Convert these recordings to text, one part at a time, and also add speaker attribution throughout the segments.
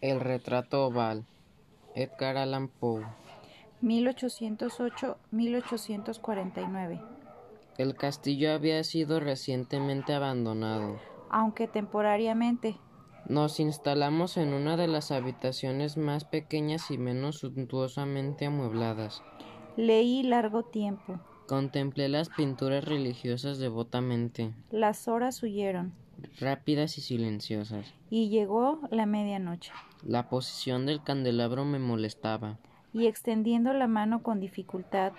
Speaker 1: El retrato oval, Edgar Allan Poe.
Speaker 2: 1808-1849.
Speaker 1: El castillo había sido recientemente abandonado.
Speaker 2: Aunque temporariamente,
Speaker 1: Nos instalamos en una de las habitaciones más pequeñas y menos suntuosamente amuebladas.
Speaker 2: leí largo tiempo.
Speaker 1: Contemplé las pinturas religiosas devotamente,
Speaker 2: Las horas huyeron
Speaker 1: rápidas y silenciosas.
Speaker 2: y llegó la medianoche.
Speaker 1: La posición del candelabro me molestaba.
Speaker 2: Y extendiendo la mano con dificultad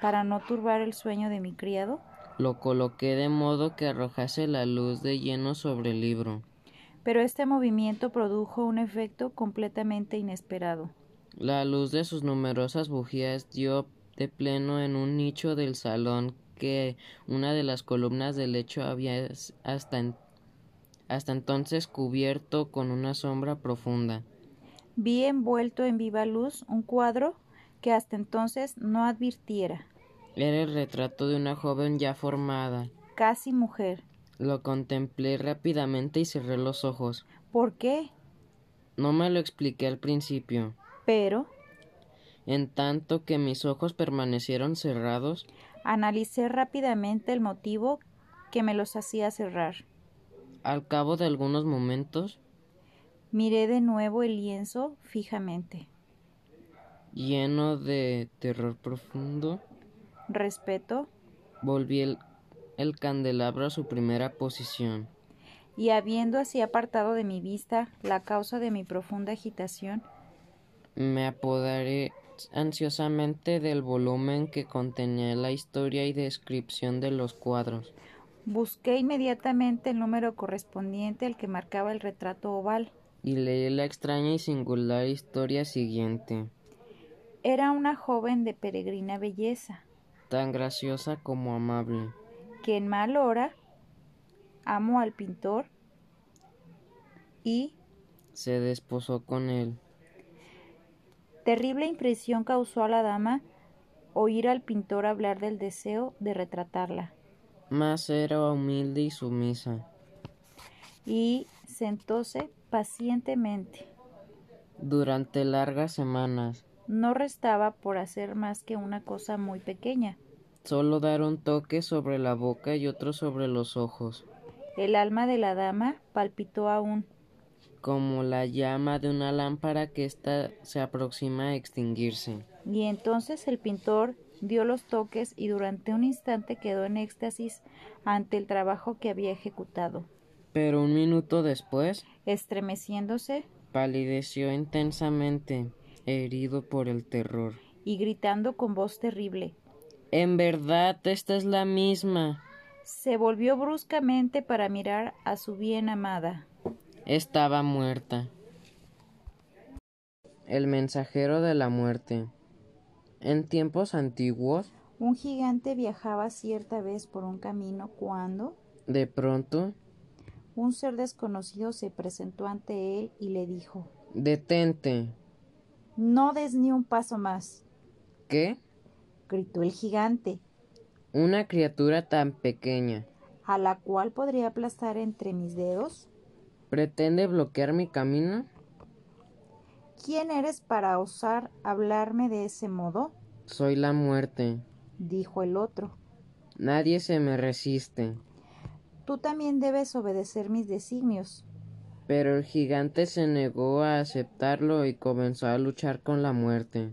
Speaker 2: para no turbar el sueño de mi criado,
Speaker 1: Lo coloqué de modo que arrojase la luz de lleno sobre el libro.
Speaker 2: pero este movimiento produjo un efecto completamente inesperado.
Speaker 1: La luz de sus numerosas bujías dio de pleno en un nicho del salón que una de las columnas del lecho había es- hasta, en- hasta entonces cubierto con una sombra profunda.
Speaker 2: Vi envuelto en viva luz un cuadro que hasta entonces no advirtiera,
Speaker 1: Era el retrato de una joven ya formada.
Speaker 2: casi mujer.
Speaker 1: Lo contemplé rápidamente y cerré los ojos.
Speaker 2: ¿Por qué?
Speaker 1: No me lo expliqué al principio.
Speaker 2: Pero
Speaker 1: En tanto que mis ojos permanecieron cerrados,
Speaker 2: analicé rápidamente el motivo que me los hacía cerrar.
Speaker 1: al cabo de algunos momentos,
Speaker 2: Miré de nuevo el lienzo fijamente.
Speaker 1: lleno de terror profundo,
Speaker 2: Respeto
Speaker 1: Volví el, el candelabro a su primera posición.
Speaker 2: y habiendo así apartado de mi vista la causa de mi profunda agitación,
Speaker 1: Me apoderé ansiosamente del volumen que contenía la historia y descripción de los cuadros.
Speaker 2: busqué inmediatamente el número correspondiente al que marcaba el retrato oval.
Speaker 1: Y leí la extraña y singular historia siguiente,
Speaker 2: Era una joven de peregrina belleza,
Speaker 1: tan graciosa como amable.
Speaker 2: que en mal hora amo al pintor y
Speaker 1: Se desposó con él.
Speaker 2: terrible impresión causó a la dama oír al pintor hablar del deseo de retratarla
Speaker 1: Mas era humilde y sumisa.
Speaker 2: y sentóse pacientemente.
Speaker 1: Durante largas semanas,
Speaker 2: No restaba por hacer más que una cosa muy pequeña,
Speaker 1: solo dar un toque sobre la boca y otro sobre los ojos.
Speaker 2: El alma de la dama palpitó aún.
Speaker 1: como la llama de una lámpara que ésta se aproxima a extinguirse.
Speaker 2: Y entonces el pintor dio los toques y durante un instante quedó en éxtasis ante el trabajo que había ejecutado.
Speaker 1: Pero un minuto después,
Speaker 2: Estremeciéndose
Speaker 1: palideció intensamente, herido por el terror.
Speaker 2: y gritando con voz terrible,
Speaker 1: En verdad, esta es la misma.
Speaker 2: se volvió bruscamente para mirar a su bien amada.
Speaker 1: Estaba muerta. El mensajero de la muerte. En tiempos antiguos,
Speaker 2: Un gigante viajaba cierta vez por un camino cuando
Speaker 1: de pronto,
Speaker 2: un ser desconocido se presentó ante él y le dijo
Speaker 1: detente.
Speaker 2: No des ni un paso más.
Speaker 1: ¿Qué?
Speaker 2: gritó el gigante.
Speaker 1: Una criatura tan pequeña
Speaker 2: a la cual podría aplastar entre mis dedos?
Speaker 1: pretende bloquear mi camino.
Speaker 2: ¿Quién eres para osar hablarme de ese modo?
Speaker 1: Soy la muerte.
Speaker 2: dijo el otro.
Speaker 1: Nadie se me resiste.
Speaker 2: Tú también debes obedecer mis designios.
Speaker 1: Pero el gigante se negó a aceptarlo y comenzó a luchar con la muerte.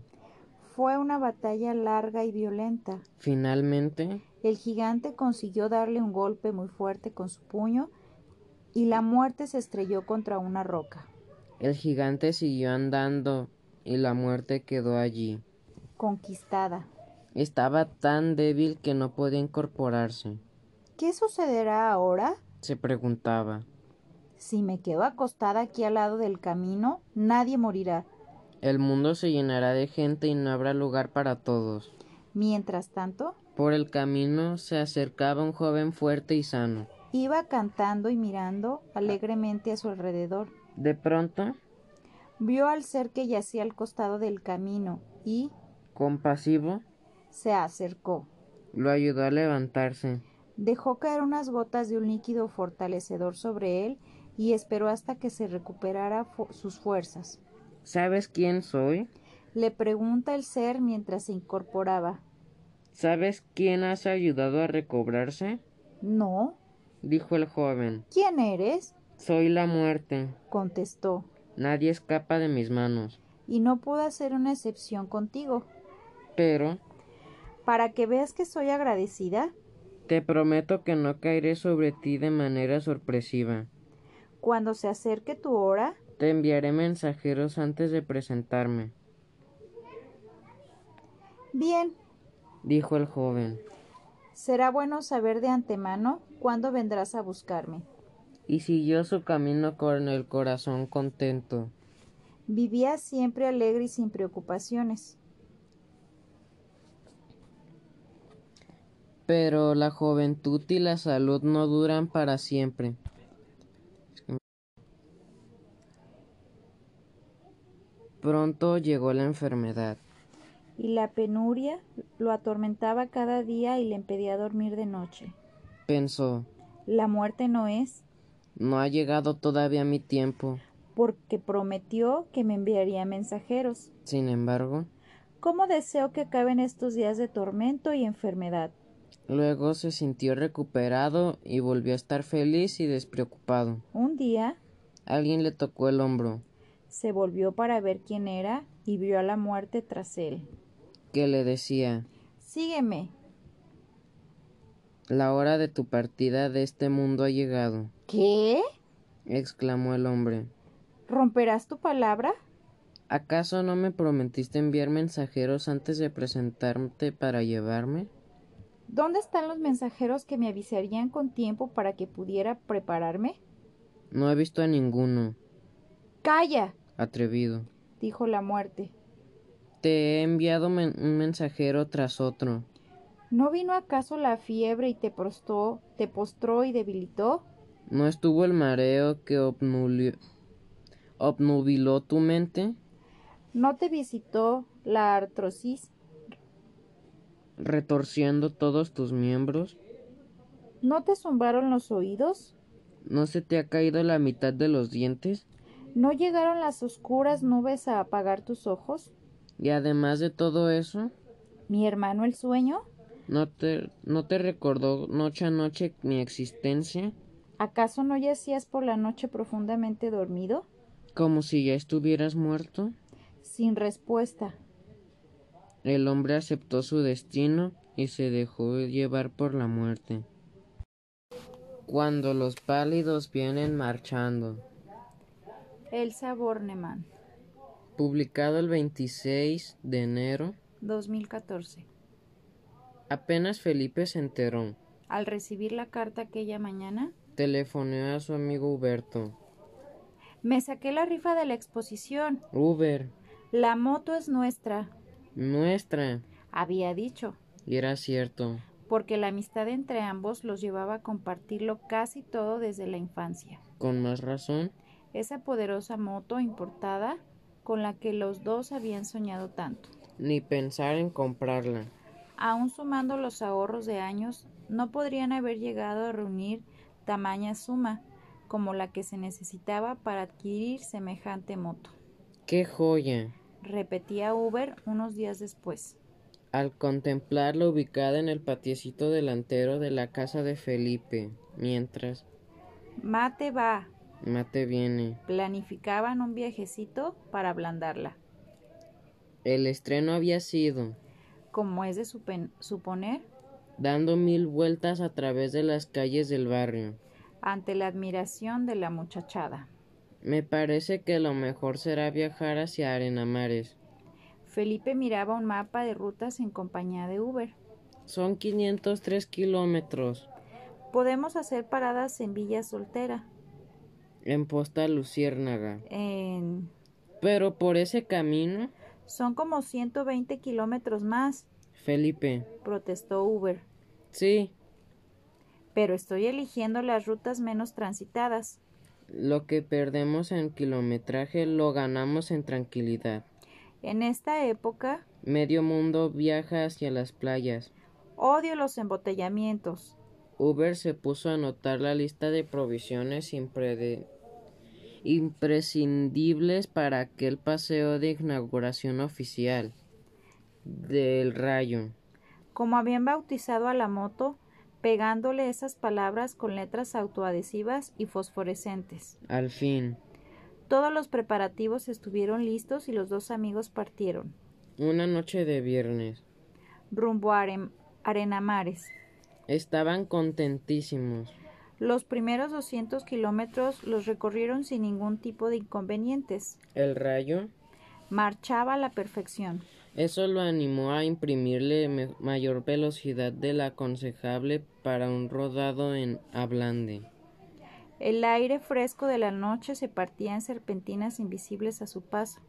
Speaker 2: Fue una batalla larga y violenta.
Speaker 1: Finalmente,
Speaker 2: El gigante consiguió darle un golpe muy fuerte con su puño y la muerte se estrelló contra una roca.
Speaker 1: el gigante siguió andando y la muerte quedó allí.
Speaker 2: Conquistada.
Speaker 1: Estaba tan débil que no podía incorporarse.
Speaker 2: ¿Qué sucederá ahora?
Speaker 1: Se preguntaba.
Speaker 2: Si me quedo acostada aquí al lado del camino, nadie morirá.
Speaker 1: El mundo se llenará de gente y no habrá lugar para todos.
Speaker 2: Mientras tanto,
Speaker 1: Por el camino se acercaba un joven fuerte y sano.
Speaker 2: Iba cantando y mirando alegremente a su alrededor.
Speaker 1: De pronto,
Speaker 2: Vio al ser que yacía al costado del camino y
Speaker 1: compasivo,
Speaker 2: se acercó.
Speaker 1: lo ayudó a levantarse.
Speaker 2: Dejó caer unas gotas de un líquido fortalecedor sobre él y esperó hasta que se recuperara fu- sus fuerzas.
Speaker 1: ¿Sabes quién soy?
Speaker 2: Le pregunta el ser mientras se incorporaba.
Speaker 1: ¿Sabes quién has ayudado a recobrarse?
Speaker 2: No.
Speaker 1: dijo el joven.
Speaker 2: ¿Quién eres?
Speaker 1: Soy la muerte.
Speaker 2: contestó,
Speaker 1: Nadie escapa de mis manos.
Speaker 2: y no puedo hacer una excepción contigo.
Speaker 1: Pero
Speaker 2: Para que veas que soy agradecida,
Speaker 1: te prometo que no caeré sobre ti de manera sorpresiva.
Speaker 2: cuando se acerque tu hora,
Speaker 1: Te enviaré mensajeros antes de presentarme,
Speaker 2: bien,
Speaker 1: dijo el joven.
Speaker 2: será bueno saber de antemano cuándo vendrás a buscarme.
Speaker 1: Y siguió su camino con el corazón contento.
Speaker 2: Vivía siempre alegre y sin preocupaciones.
Speaker 1: Pero la juventud y la salud no duran para siempre. Pronto llegó la enfermedad.
Speaker 2: Y la penuria lo atormentaba cada día y le impedía dormir de noche.
Speaker 1: Pensó,
Speaker 2: La muerte no es,
Speaker 1: no ha llegado todavía mi tiempo.
Speaker 2: porque prometió que me enviaría mensajeros.
Speaker 1: Sin embargo,
Speaker 2: ¿Cómo deseo que acaben estos días de tormento y enfermedad?
Speaker 1: luego se sintió recuperado y volvió a estar feliz y despreocupado.
Speaker 2: Un día
Speaker 1: Alguien le tocó el hombro,
Speaker 2: se volvió para ver quién era y vio a la muerte tras él.
Speaker 1: que le decía
Speaker 2: Sígueme.
Speaker 1: La hora de tu partida de este mundo ha llegado,
Speaker 2: ¿Qué?
Speaker 1: exclamó el hombre.
Speaker 2: ¿Romperás tu palabra?
Speaker 1: ¿Acaso no me prometiste enviar mensajeros antes de presentarte para llevarme?
Speaker 2: ¿Dónde están los mensajeros que me avisarían con tiempo para que pudiera prepararme?
Speaker 1: No he visto a ninguno,
Speaker 2: ¡Calla!
Speaker 1: atrevido.
Speaker 2: dijo la muerte.
Speaker 1: Te he enviado men- un mensajero tras otro.
Speaker 2: ¿No vino acaso la fiebre y te prostó, te postró y debilitó?
Speaker 1: ¿No estuvo el mareo que obnulio- obnubiló tu mente?
Speaker 2: ¿No te visitó la artrosis?
Speaker 1: retorciendo todos tus miembros?
Speaker 2: ¿No te zumbaron los oídos?
Speaker 1: ¿No se te ha caído la mitad de los dientes?
Speaker 2: ¿No llegaron las oscuras nubes a apagar tus ojos?
Speaker 1: Y además de todo eso,
Speaker 2: ¿Mi hermano el sueño?
Speaker 1: ¿no te, no te recordó noche a noche mi existencia?
Speaker 2: ¿Acaso no yacías por la noche profundamente dormido?
Speaker 1: Como si ya estuvieras muerto.
Speaker 2: Sin respuesta.
Speaker 1: El hombre aceptó su destino y se dejó llevar por la muerte. Cuando los pálidos vienen marchando.
Speaker 2: Elsa Bornemann,
Speaker 1: Publicado el 26 de enero,
Speaker 2: 2014.
Speaker 1: apenas Felipe se enteró.
Speaker 2: Al recibir la carta aquella mañana,
Speaker 1: Telefoneó a su amigo Huberto.
Speaker 2: me saqué la rifa de la exposición.
Speaker 1: Uber,
Speaker 2: La moto es nuestra,
Speaker 1: nuestra.
Speaker 2: había dicho,
Speaker 1: Y era cierto.
Speaker 2: porque la amistad entre ambos los llevaba a compartirlo casi todo desde la infancia.
Speaker 1: Con más razón,
Speaker 2: Esa poderosa moto importada con la que los dos habían soñado tanto.
Speaker 1: ni pensar en comprarla.
Speaker 2: aun sumando los ahorros de años, no podrían haber llegado a reunir tamaña suma como la que se necesitaba para adquirir semejante moto,
Speaker 1: ¡Qué joya!
Speaker 2: repetía Uber unos días después.
Speaker 1: Al contemplarla ubicada en el patiecito delantero de la casa de Felipe, mientras
Speaker 2: Mate va,
Speaker 1: Mate viene.
Speaker 2: planificaban un viajecito para ablandarla.
Speaker 1: El estreno había sido,
Speaker 2: Como es de supen- suponer,
Speaker 1: dando mil vueltas a través de las calles del barrio.
Speaker 2: ante la admiración de la muchachada.
Speaker 1: Me parece que lo mejor será viajar hacia Arenamares.
Speaker 2: Felipe miraba un mapa de rutas en compañía de Uber.
Speaker 1: Son 503 kilómetros.
Speaker 2: Podemos hacer paradas en Villa Soltera,
Speaker 1: En posta Luciérnaga.
Speaker 2: en
Speaker 1: Pero por ese camino,
Speaker 2: Son como 120 kilómetros más,
Speaker 1: Felipe.
Speaker 2: protestó Uber.
Speaker 1: Sí,
Speaker 2: Pero estoy eligiendo las rutas menos transitadas.
Speaker 1: Lo que perdemos en kilometraje lo ganamos en tranquilidad.
Speaker 2: En esta época,
Speaker 1: Medio mundo viaja hacia las playas.
Speaker 2: odio los embotellamientos.
Speaker 1: Uber se puso a anotar la lista de provisiones sin, prede- imprescindibles para aquel paseo de inauguración oficial del rayo.
Speaker 2: Como habían bautizado a la moto, pegándole esas palabras con letras autoadhesivas y fosforescentes.
Speaker 1: Al fin,
Speaker 2: Todos los preparativos estuvieron listos y los dos amigos partieron,
Speaker 1: una noche de viernes,
Speaker 2: rumbo a Arem- Arenamares.
Speaker 1: estaban contentísimos.
Speaker 2: Los primeros 200 kilómetros los recorrieron sin ningún tipo de inconvenientes.
Speaker 1: El rayo,
Speaker 2: Marchaba a la perfección.
Speaker 1: eso lo animó a imprimirle me- mayor velocidad de la aconsejable para un rodado en Ablande.
Speaker 2: El aire fresco de la noche se partía en serpentinas invisibles a su paso.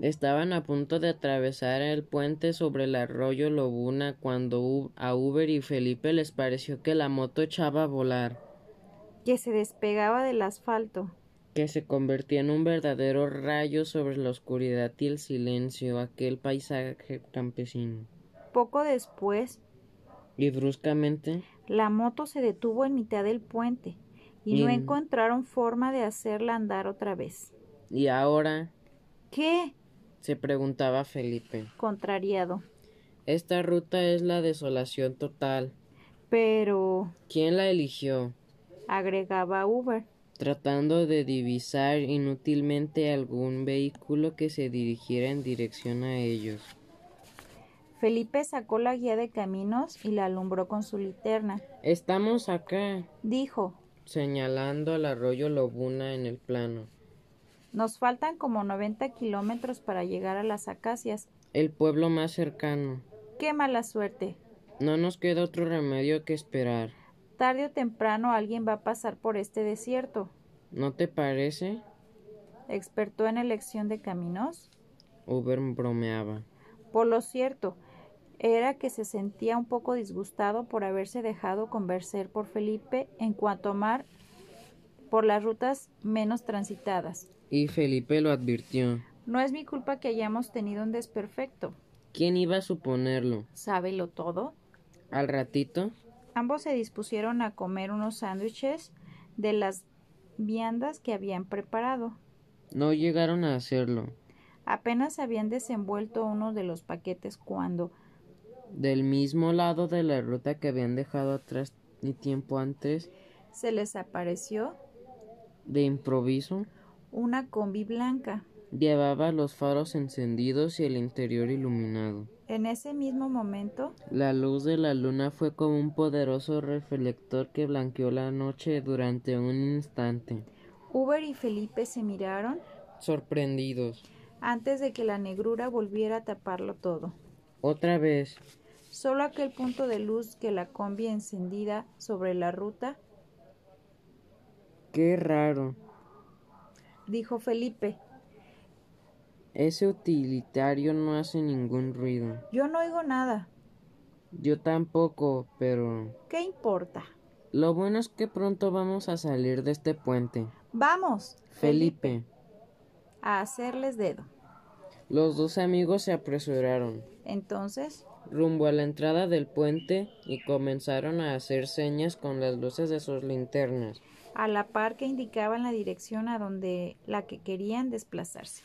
Speaker 1: Estaban a punto de atravesar el puente sobre el arroyo Lobuna cuando U- a Uber y Felipe les pareció que la moto echaba a volar,
Speaker 2: que se despegaba del asfalto.
Speaker 1: que se convertía en un verdadero rayo sobre la oscuridad y el silencio, aquel paisaje campesino.
Speaker 2: Poco después,
Speaker 1: Y bruscamente,
Speaker 2: la moto se detuvo en mitad del puente y no
Speaker 1: Bien.
Speaker 2: encontraron forma de hacerla andar otra vez.
Speaker 1: y ahora,
Speaker 2: ¿Qué?
Speaker 1: se preguntaba Felipe,
Speaker 2: contrariado.
Speaker 1: esta ruta es la desolación total.
Speaker 2: Pero,
Speaker 1: ¿Quién la eligió?
Speaker 2: agregaba Uber,
Speaker 1: tratando de divisar inútilmente algún vehículo que se dirigiera en dirección a ellos.
Speaker 2: Felipe sacó la guía de caminos y la alumbró con su linterna.
Speaker 1: Estamos acá,
Speaker 2: Dijo,
Speaker 1: señalando al arroyo Lobuna en el plano.
Speaker 2: nos faltan como 90 kilómetros para llegar a las acacias.
Speaker 1: El pueblo más cercano.
Speaker 2: ¡Qué mala suerte!
Speaker 1: No nos queda otro remedio que esperar.
Speaker 2: Tarde o temprano alguien va a pasar por este desierto.
Speaker 1: ¿No te parece?
Speaker 2: Experto en elección de caminos.
Speaker 1: Uber bromeaba.
Speaker 2: Por lo cierto, era que se sentía un poco disgustado por haberse dejado convencer por Felipe en cuanto a mar por las rutas menos transitadas.
Speaker 1: Y Felipe lo advirtió.
Speaker 2: No es mi culpa que hayamos tenido un desperfecto.
Speaker 1: ¿Quién iba a suponerlo?
Speaker 2: Sábelo todo.
Speaker 1: Al ratito,
Speaker 2: Ambos se dispusieron a comer unos sándwiches de las viandas que habían preparado.
Speaker 1: no llegaron a hacerlo.
Speaker 2: Apenas habían desenvuelto uno de los paquetes cuando
Speaker 1: Del mismo lado de la ruta que habían dejado atrás ni tiempo antes,
Speaker 2: se les apareció
Speaker 1: De improviso,
Speaker 2: una combi blanca.
Speaker 1: llevaba los faros encendidos y el interior iluminado.
Speaker 2: En ese mismo momento
Speaker 1: La luz de la luna fue como un poderoso reflector que blanqueó la noche durante un instante.
Speaker 2: Uber y Felipe se miraron
Speaker 1: Sorprendidos.
Speaker 2: antes de que la negrura volviera a taparlo todo.
Speaker 1: Otra vez,
Speaker 2: Solo aquel punto de luz que la combi encendida sobre la ruta,
Speaker 1: qué raro.
Speaker 2: dijo Felipe.
Speaker 1: Ese utilitario no hace ningún ruido.
Speaker 2: Yo no oigo nada.
Speaker 1: Yo tampoco, pero...
Speaker 2: ¿Qué importa?
Speaker 1: Lo bueno es que pronto vamos a salir de este puente.
Speaker 2: Vamos,
Speaker 1: Felipe.
Speaker 2: a hacerles dedo.
Speaker 1: Los dos amigos se apresuraron.
Speaker 2: Entonces,
Speaker 1: rumbo a la entrada del puente y comenzaron a hacer señas con las luces de sus linternas.
Speaker 2: a la par que indicaban la dirección a donde la que querían desplazarse.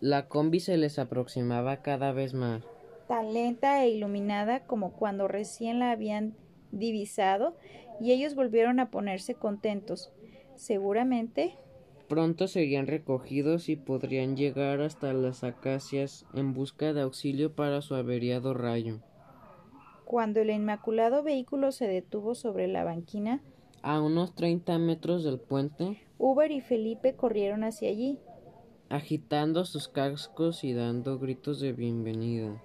Speaker 1: La combi se les aproximaba cada vez más.
Speaker 2: tan lenta e iluminada como cuando recién la habían divisado, y ellos volvieron a ponerse contentos. Seguramente
Speaker 1: Pronto serían recogidos y podrían llegar hasta las acacias en busca de auxilio para su averiado rayo.
Speaker 2: cuando el inmaculado vehículo se detuvo sobre la banquina,
Speaker 1: A unos 30 metros del puente,
Speaker 2: Uber y Felipe corrieron hacia allí.
Speaker 1: agitando sus cascos y dando gritos de bienvenida,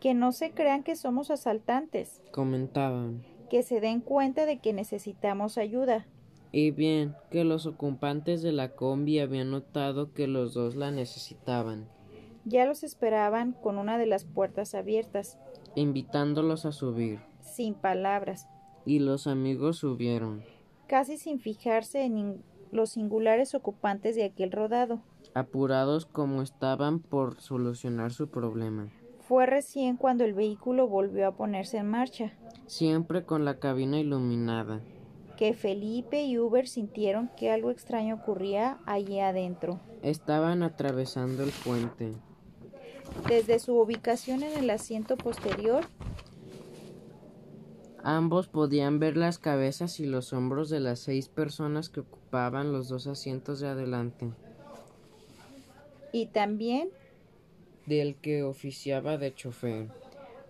Speaker 2: Que no se crean que somos asaltantes,
Speaker 1: comentaban.
Speaker 2: que se den cuenta de que necesitamos ayuda.
Speaker 1: Y bien, que los ocupantes de la combi habían notado que los dos la necesitaban.
Speaker 2: Ya los esperaban con una de las puertas abiertas,
Speaker 1: invitándolos a subir,
Speaker 2: sin palabras,
Speaker 1: y los amigos subieron,
Speaker 2: casi sin fijarse en in- los singulares ocupantes de aquel rodado.
Speaker 1: apurados como estaban por solucionar su problema,
Speaker 2: Fue recién cuando el vehículo volvió a ponerse en marcha.
Speaker 1: siempre con la cabina iluminada.
Speaker 2: que Felipe y Uber sintieron que algo extraño ocurría allí adentro.
Speaker 1: Estaban atravesando el puente.
Speaker 2: Desde su ubicación en el asiento posterior,
Speaker 1: Ambos podían ver las cabezas y los hombros de las seis personas que ocupaban los dos asientos de adelante,
Speaker 2: y también
Speaker 1: del que oficiaba de chofer.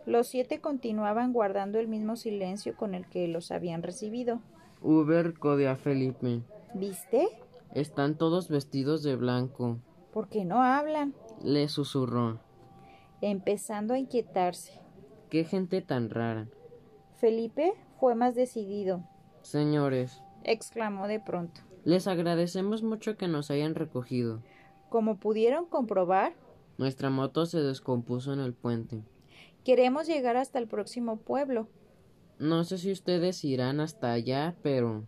Speaker 2: los siete continuaban guardando el mismo silencio con el que los habían recibido.
Speaker 1: Uber codea a Felipe.
Speaker 2: ¿Viste?
Speaker 1: Están todos vestidos de blanco,
Speaker 2: ¿Por qué no hablan?
Speaker 1: le susurró.
Speaker 2: Empezando a inquietarse.
Speaker 1: Qué gente tan rara.
Speaker 2: Felipe fue más decidido,
Speaker 1: Señores,
Speaker 2: exclamó de pronto.
Speaker 1: les agradecemos mucho que nos hayan recogido.
Speaker 2: Como pudieron comprobar,
Speaker 1: Nuestra moto se descompuso en el puente.
Speaker 2: queremos llegar hasta el próximo pueblo.
Speaker 1: No sé si ustedes irán hasta allá, pero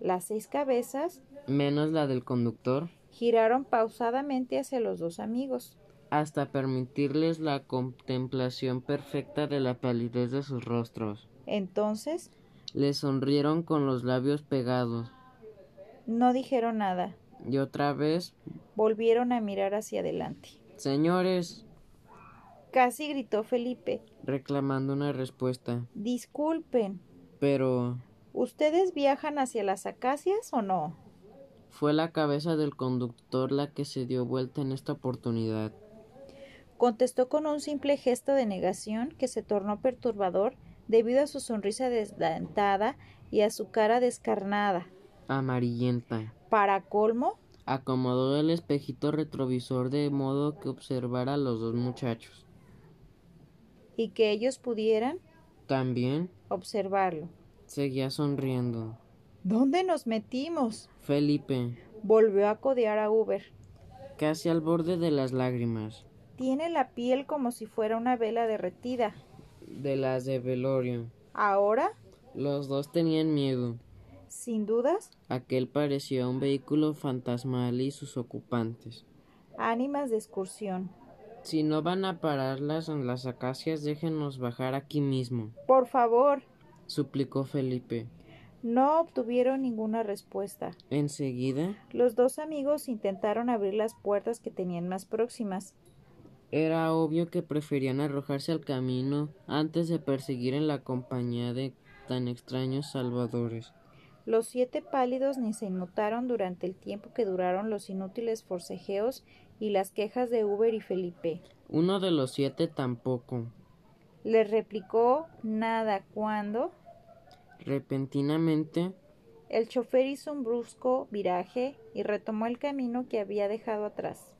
Speaker 2: Las seis cabezas
Speaker 1: menos la del conductor,
Speaker 2: giraron pausadamente hacia los dos amigos.
Speaker 1: hasta permitirles la contemplación perfecta de la palidez de sus rostros.
Speaker 2: Entonces,
Speaker 1: Les sonrieron con los labios pegados
Speaker 2: no dijeron nada.
Speaker 1: y otra vez,
Speaker 2: Volvieron a mirar hacia adelante.
Speaker 1: señores,
Speaker 2: Casi gritó Felipe.
Speaker 1: reclamando una respuesta.
Speaker 2: Disculpen,
Speaker 1: Pero
Speaker 2: ¿ustedes viajan hacia las acacias o no?
Speaker 1: fue la cabeza del conductor la que se dio vuelta en esta oportunidad.
Speaker 2: Contestó con un simple gesto de negación que se tornó perturbador debido a su sonrisa desdentada y a su cara descarnada.
Speaker 1: Amarillenta.
Speaker 2: Para colmo,
Speaker 1: Acomodó el espejito retrovisor de modo que observara a los dos muchachos.
Speaker 2: y que ellos pudieran
Speaker 1: También
Speaker 2: observarlo.
Speaker 1: seguía sonriendo.
Speaker 2: ¿Dónde nos metimos?
Speaker 1: Felipe,
Speaker 2: Volvió a codear a Uber.
Speaker 1: casi al borde de las lágrimas,
Speaker 2: Tiene la piel como si fuera una vela derretida.
Speaker 1: de las de velorio.
Speaker 2: Ahora,
Speaker 1: Los dos tenían miedo.
Speaker 2: sin dudas,
Speaker 1: Aquel parecía un vehículo fantasmal y sus ocupantes.
Speaker 2: ánimas de excursión.
Speaker 1: Si no van a pararlas en las acacias, déjenos bajar aquí mismo,
Speaker 2: Por favor,
Speaker 1: suplicó Felipe.
Speaker 2: no obtuvieron ninguna respuesta.
Speaker 1: Enseguida
Speaker 2: Los dos amigos intentaron abrir las puertas que tenían más próximas.
Speaker 1: era obvio que preferían arrojarse al camino antes de perseguir en la compañía de tan extraños salvadores.
Speaker 2: Los siete pálidos ni se inmutaron durante el tiempo que duraron los inútiles forcejeos y las quejas de Uber y Felipe.
Speaker 1: Uno de los siete tampoco.
Speaker 2: Les replicó nada cuando
Speaker 1: Repentinamente
Speaker 2: el chofer hizo un brusco viraje y retomó el camino que había dejado atrás.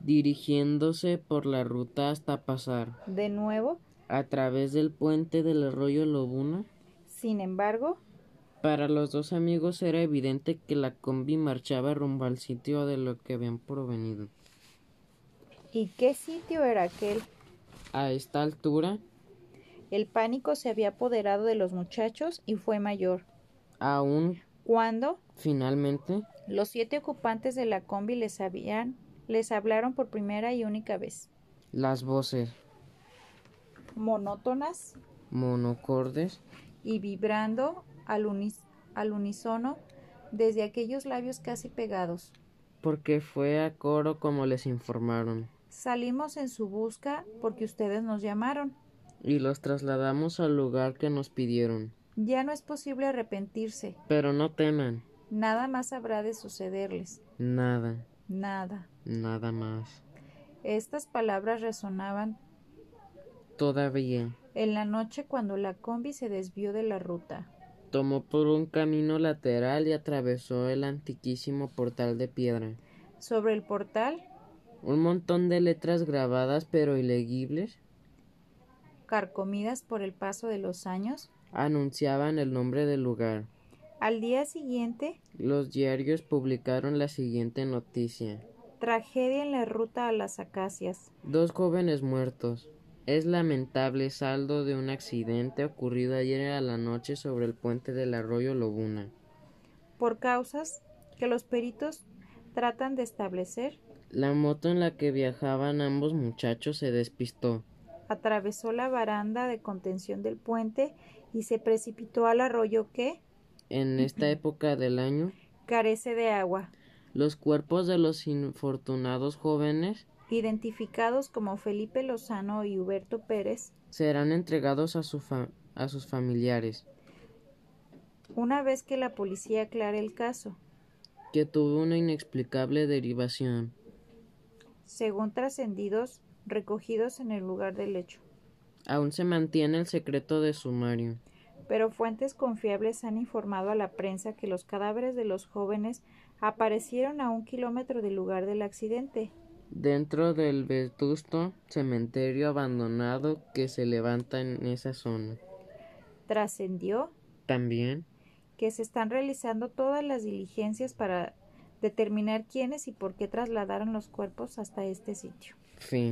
Speaker 1: dirigiéndose por la ruta hasta pasar
Speaker 2: De nuevo,
Speaker 1: a través del puente del arroyo Lobuna.
Speaker 2: sin embargo,
Speaker 1: Para los dos amigos era evidente que la combi marchaba rumbo al sitio de lo que habían provenido.
Speaker 2: ¿y qué sitio era aquel?
Speaker 1: A esta altura,
Speaker 2: El pánico se había apoderado de los muchachos y fue mayor.
Speaker 1: aún
Speaker 2: Cuando
Speaker 1: finalmente,
Speaker 2: los siete ocupantes de la combi les habían les hablaron por primera y única vez.
Speaker 1: las voces
Speaker 2: Monótonas
Speaker 1: monocordes
Speaker 2: y vibrando al, unis- al unísono desde aquellos labios casi pegados.
Speaker 1: porque fue a coro como les informaron
Speaker 2: Salimos en su busca porque ustedes nos llamaron.
Speaker 1: y los trasladamos al lugar que nos pidieron.
Speaker 2: Ya no es posible arrepentirse.
Speaker 1: Pero no teman,
Speaker 2: Nada más habrá de sucederles.
Speaker 1: nada,
Speaker 2: Nada.
Speaker 1: nada más.
Speaker 2: Estas palabras resonaban
Speaker 1: Todavía.
Speaker 2: en la noche cuando la combi se desvió de la ruta.
Speaker 1: Tomó por un camino lateral y atravesó el antiquísimo portal de piedra.
Speaker 2: Sobre el portal,
Speaker 1: Un montón de letras grabadas pero ilegibles
Speaker 2: carcomidas por el paso de los años,
Speaker 1: anunciaban el nombre del lugar.
Speaker 2: al día siguiente,
Speaker 1: Los diarios publicaron la siguiente noticia.
Speaker 2: tragedia en la ruta a las acacias.
Speaker 1: Dos jóvenes muertos. Es lamentable saldo de un accidente ocurrido ayer a la noche sobre el puente del arroyo Lobuna.
Speaker 2: por causas que los peritos tratan de establecer,
Speaker 1: La moto en la que viajaban ambos muchachos se despistó.
Speaker 2: atravesó la baranda de contención del puente y se precipitó al arroyo que,
Speaker 1: en esta época del año,
Speaker 2: carece de agua,
Speaker 1: los cuerpos de los infortunados jóvenes
Speaker 2: identificados como Felipe Lozano y Huberto Pérez,
Speaker 1: serán entregados a, su fa- a sus familiares,
Speaker 2: una vez que la policía aclare el caso.
Speaker 1: que tuvo una inexplicable derivación.
Speaker 2: según trascendidos recogidos en el lugar del hecho.
Speaker 1: Aún se mantiene el secreto de sumario.
Speaker 2: Pero fuentes confiables han informado a la prensa que los cadáveres de los jóvenes aparecieron a un kilómetro del lugar del accidente.
Speaker 1: Dentro del vetusto cementerio abandonado que se levanta en esa zona.
Speaker 2: Trascendió
Speaker 1: También
Speaker 2: que se están realizando todas las diligencias para determinar quiénes y por qué trasladaron los cuerpos hasta este sitio.
Speaker 1: Fin.